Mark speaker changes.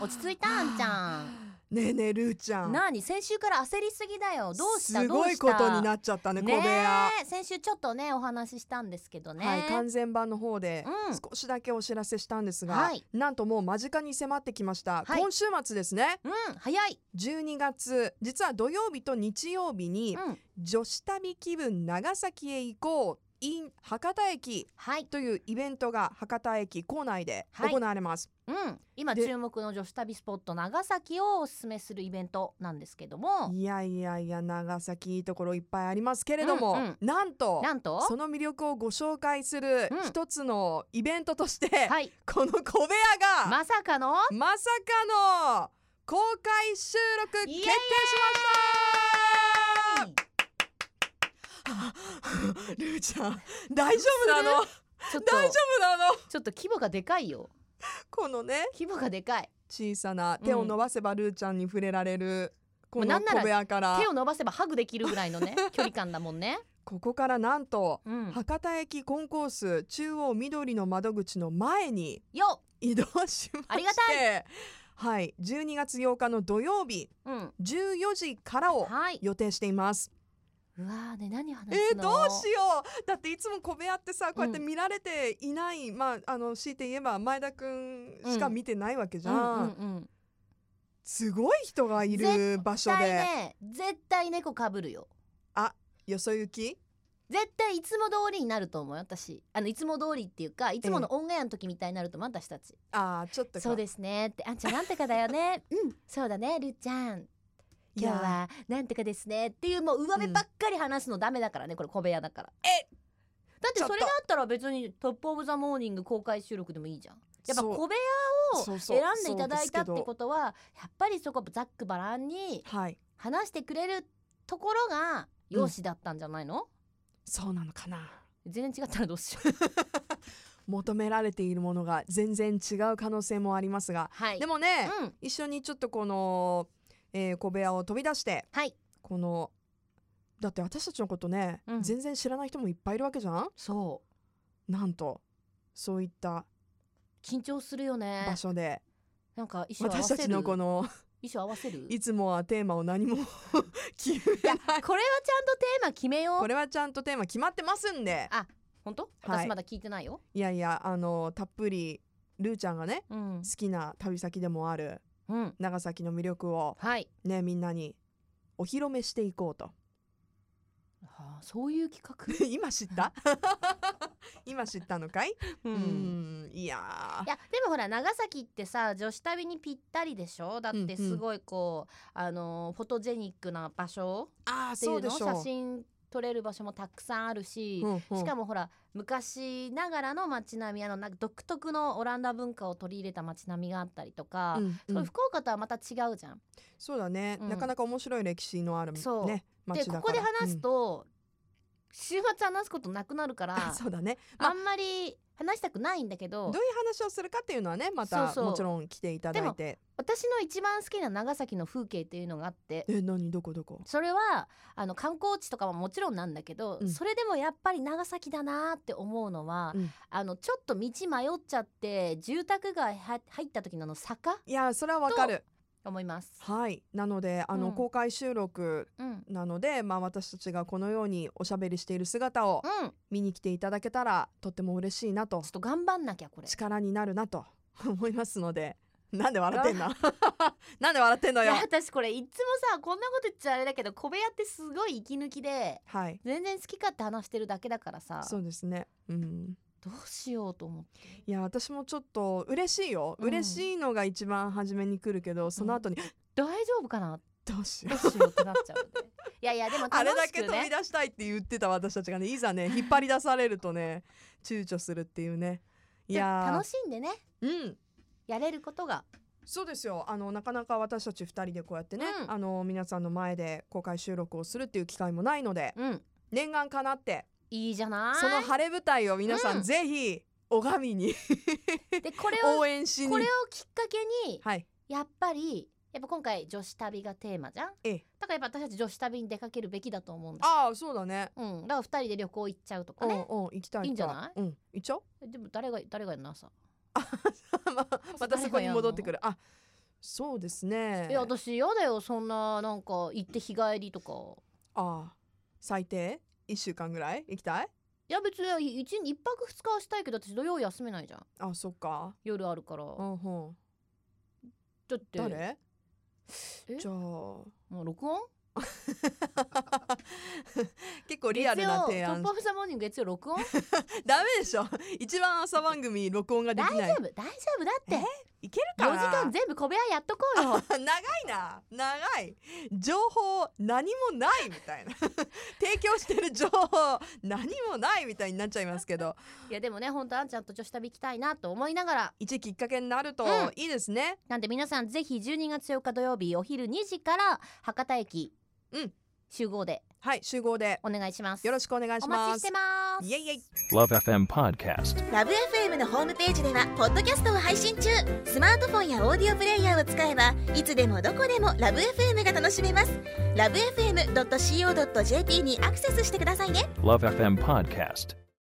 Speaker 1: 落ち着いたあんちゃ
Speaker 2: ねえねえルーちゃ
Speaker 1: ん
Speaker 2: ん
Speaker 1: なあに先週から焦りすぎだよどうした
Speaker 2: す
Speaker 1: どう
Speaker 2: ごい
Speaker 1: した
Speaker 2: ことになっちゃったね小部屋、
Speaker 1: え先週ちょっとねお話ししたんですけどね、
Speaker 2: はい完全版の方で
Speaker 1: うん
Speaker 2: 少しだけお知らせしたんですが、
Speaker 1: はい
Speaker 2: なんともう間近に迫ってきました、
Speaker 1: はい
Speaker 2: 今週末ですね
Speaker 1: うん早い、
Speaker 2: 12月実は土曜日と日曜日に
Speaker 1: うん、
Speaker 2: 女子旅気分長崎へ行こう in 博多駅
Speaker 1: はい
Speaker 2: というイベントが博多駅構内で行われます、
Speaker 1: うん、今
Speaker 2: で
Speaker 1: 注目の女子旅スポット長崎をおすすめするイベントなんですけども
Speaker 2: い、やいやいや長崎いいところいっぱいありますけれども、
Speaker 1: うんうん
Speaker 2: なんと
Speaker 1: なんと
Speaker 2: その魅力をご紹介する
Speaker 1: うん
Speaker 2: 一つのイベントとして、
Speaker 1: はい
Speaker 2: この小部屋が
Speaker 1: まさかの
Speaker 2: まさかの公開収録決定しました ルーちゃん大丈夫なの
Speaker 1: ちょっと
Speaker 2: 大丈夫なの
Speaker 1: ちょっと規模がでかいよ
Speaker 2: このね
Speaker 1: 規模がでかい
Speaker 2: 小さな手を伸ばせばルーちゃんに触れられる、この
Speaker 1: なんなら
Speaker 2: 小部屋から
Speaker 1: 手を伸ばせばハグできるぐらい のね距離感だもんね
Speaker 2: ここからなんと、
Speaker 1: うん
Speaker 2: 博多駅コンコース中央緑の窓口の前に
Speaker 1: よ
Speaker 2: 移動しまして
Speaker 1: ありがた
Speaker 2: はい12月8日の土曜日
Speaker 1: っうん
Speaker 2: 14時からを
Speaker 1: はいう
Speaker 2: 予定しています
Speaker 1: わーね何話すの
Speaker 2: えー、どうしようだっていつも小部屋ってさこうやって見られていない、まああの強いて言えば前田くんしか見てないわけじゃん、
Speaker 1: うんうんうん
Speaker 2: すごい人がいる場所
Speaker 1: 絶
Speaker 2: で、
Speaker 1: 対ね絶対猫かぶるよ
Speaker 2: よそ行き
Speaker 1: 絶対いつも通りになると思うよ私あのいつも通りっていうかいつものオンエアの時みたいになると思う私たち
Speaker 2: ああちょっとか
Speaker 1: そうですねってあんちゃんなんとかだ よねうんそうだねるっちゃん
Speaker 2: い
Speaker 1: 今
Speaker 2: や
Speaker 1: 日はなんとかですねっていうもう上辺ばっかり話すのダメだからね、これ小部屋だから
Speaker 2: え
Speaker 1: だって
Speaker 2: ちょっ
Speaker 1: そ
Speaker 2: と
Speaker 1: れだったら別に「トップ・オブ・ザ・モーニング」公開収録でもいいじゃんやっぱ
Speaker 2: そう
Speaker 1: 小部屋を
Speaker 2: そうそう
Speaker 1: 選んでいただいたって
Speaker 2: そうですけ
Speaker 1: ことはやっぱりそこざっくばらんに
Speaker 2: どはい
Speaker 1: 話してくれるところが容姿だったんじゃないの、
Speaker 2: そうなのかな
Speaker 1: 全然違ったらどう しよう
Speaker 2: 求められているものが全然違う可能性もありますが
Speaker 1: はい
Speaker 2: でもね、
Speaker 1: うん
Speaker 2: 一緒にちょっとこの、えー小部屋を飛び出して
Speaker 1: はい
Speaker 2: このだって私たちのことね、
Speaker 1: うん
Speaker 2: 全然知らない人もいっぱいいるわけじゃん
Speaker 1: そう
Speaker 2: なんとそういった
Speaker 1: 緊張するよね
Speaker 2: 場所で、
Speaker 1: なんか衣装合わ
Speaker 2: 私
Speaker 1: せ
Speaker 2: た
Speaker 1: る
Speaker 2: ちのこ
Speaker 1: 衣
Speaker 2: の
Speaker 1: 装合わせる
Speaker 2: いつもはテーマを何 も決めない
Speaker 1: これはちゃんとテーマ決めよ
Speaker 2: こ
Speaker 1: う
Speaker 2: れはちゃんとテーマ決まってますんで
Speaker 1: 本当
Speaker 2: はい
Speaker 1: 私まだ聞いてないよ、
Speaker 2: いやいやあのたっぷりルーちゃんがね
Speaker 1: うん
Speaker 2: 好きな旅先でもある
Speaker 1: うん
Speaker 2: 長崎の魅力を
Speaker 1: はい
Speaker 2: ねみんなにお披露目していこうと
Speaker 1: はあ、そういう企画
Speaker 2: 今知った今知ったのかい、
Speaker 1: う
Speaker 2: うんんいや
Speaker 1: いやでもほら長崎ってさ女子旅にぴったりでしょだってすごいこう、あのーフォトジェニックな場所
Speaker 2: ああ
Speaker 1: ってい
Speaker 2: そう
Speaker 1: う
Speaker 2: で
Speaker 1: の
Speaker 2: しょう
Speaker 1: 写真撮れる場所もたくさんあるし、
Speaker 2: うんうん
Speaker 1: しかもほら昔ながらの街並みあのなんか独特のオランダ文化を取り入れた街並みがあったりとか、
Speaker 2: うん
Speaker 1: そうういうん福岡とはまた違うじゃん。
Speaker 2: そうだね、
Speaker 1: うん
Speaker 2: なかなか面白い歴史のある
Speaker 1: そう
Speaker 2: ね町
Speaker 1: で
Speaker 2: だから
Speaker 1: ここで話す
Speaker 2: うん
Speaker 1: と、週末話すことなくなるから
Speaker 2: あ そうだねま
Speaker 1: あんまり話したくないんだけ
Speaker 2: ど
Speaker 1: ど
Speaker 2: ういう話をするかっていうのはねまた
Speaker 1: そうそう
Speaker 2: もちろん来ていただいて
Speaker 1: 私の一番好きな長崎の風景っていうのがあって
Speaker 2: え何どこどこ
Speaker 1: それはあの観光地とかはもちろんなんだけど、
Speaker 2: うん
Speaker 1: それでもやっぱり長崎だなって思うのは、
Speaker 2: うん
Speaker 1: あのちょっと道迷っちゃって住宅街は入った時のあの坂
Speaker 2: いやそれはわかる
Speaker 1: 思います。
Speaker 2: はいなのであの、
Speaker 1: うん
Speaker 2: 公開収録
Speaker 1: うん、うん
Speaker 2: なので、まあ、私たちがこのようにおしゃべりしている姿を見に来ていただけたらとっても嬉しいなと
Speaker 1: ちょっと頑張んなきゃこれ。
Speaker 2: 力になるなと 思いますのでなんで笑ってんの なんで笑ってんの
Speaker 1: い
Speaker 2: よ
Speaker 1: や私これいつもさこんなこと言っちゃあれだけど小部屋ってすごい息抜きで
Speaker 2: はい
Speaker 1: 全然好き勝手話してるだけだからさ
Speaker 2: そうですねうん
Speaker 1: どうしようと思って
Speaker 2: いや私もちょっと嬉しいよ、
Speaker 1: うん
Speaker 2: 嬉しいのが一番初めに来るけどその後に、
Speaker 1: 大丈夫かな
Speaker 2: どうしよ
Speaker 1: ど
Speaker 2: う
Speaker 1: うしようってなっちゃうよ ねいやいやでも楽
Speaker 2: あれだ
Speaker 1: しく
Speaker 2: け飛び
Speaker 1: ね
Speaker 2: 出したいって言ってた私たちがねいざね引っ張り出されるとね躊躇するっていうねい
Speaker 1: でも
Speaker 2: やー
Speaker 1: 楽しんでね
Speaker 2: うん
Speaker 1: やれることが
Speaker 2: そうですよあのなかなか私たち2人でこうやってね、
Speaker 1: うん
Speaker 2: あの皆さんの前で公開収録をするっていう機会もないので
Speaker 1: うん
Speaker 2: 念願かなって
Speaker 1: いいじゃない
Speaker 2: その晴れ舞台を皆さ
Speaker 1: うんん
Speaker 2: ぜひ拝みに
Speaker 1: でこれを
Speaker 2: 応援しに
Speaker 1: これをきっかけに
Speaker 2: はい
Speaker 1: やっぱりやっぱ今回女子旅がテーマじゃん
Speaker 2: ええ
Speaker 1: だからやっぱ私たち女子旅に出かけるべきだと思うんだ
Speaker 2: ああそうだね
Speaker 1: うんだから二人で旅行行っちゃうと
Speaker 2: う
Speaker 1: か
Speaker 2: ん
Speaker 1: ね
Speaker 2: うん行きたい行きた
Speaker 1: いいんじゃない
Speaker 2: うん行っ ちゃおう
Speaker 1: でも誰が誰がやるの朝
Speaker 2: ままたそこに戻ってくるあそうですね
Speaker 1: いや私嫌だよそんななんか行って日帰りとか
Speaker 2: ああ最低1週間ぐらい行きたい
Speaker 1: いや別に一日一泊二日はしたいけど私土曜休めないじゃん
Speaker 2: あそっか
Speaker 1: 夜あるから
Speaker 2: うんうん
Speaker 1: だって
Speaker 2: 誰
Speaker 1: え
Speaker 2: じゃあ
Speaker 1: もう録音
Speaker 2: 結構リアルな提
Speaker 1: 月曜
Speaker 2: 案
Speaker 1: トップオブザモーニング月曜録音
Speaker 2: ダメ でしょ一番朝番組録音がで
Speaker 1: 大
Speaker 2: きない
Speaker 1: 丈夫大丈夫だって
Speaker 2: えいける
Speaker 1: 4
Speaker 2: か
Speaker 1: 時
Speaker 2: な
Speaker 1: 間全部小部屋やっとこうよ
Speaker 2: 長いな長い情報何もないみたいな 提供してる情報何もないみたいになっちゃいますけど
Speaker 1: いやでもね本当あんちゃんと女子旅行きたいなと思いながら
Speaker 2: 一きっかけになると
Speaker 1: うん
Speaker 2: いいですね、
Speaker 1: なんで皆さんぜひ12月4日土曜日お昼2時から博多駅
Speaker 2: うん
Speaker 1: 集合で
Speaker 2: はい集合で
Speaker 1: お願いします
Speaker 2: よろしくお願いし
Speaker 1: お
Speaker 2: ま
Speaker 1: 待
Speaker 2: す
Speaker 1: ちしてます
Speaker 2: イエイイエイ
Speaker 3: Love FM Podcast.
Speaker 4: ラブ f m のホームページではポッドキャストを配信中スマートフォンやオーディオプレイヤーを使えばいつでもどこでもラブ f m が楽しめますラブ FM.co.jp にアクセスしてくださいね
Speaker 3: Love FM Podcast.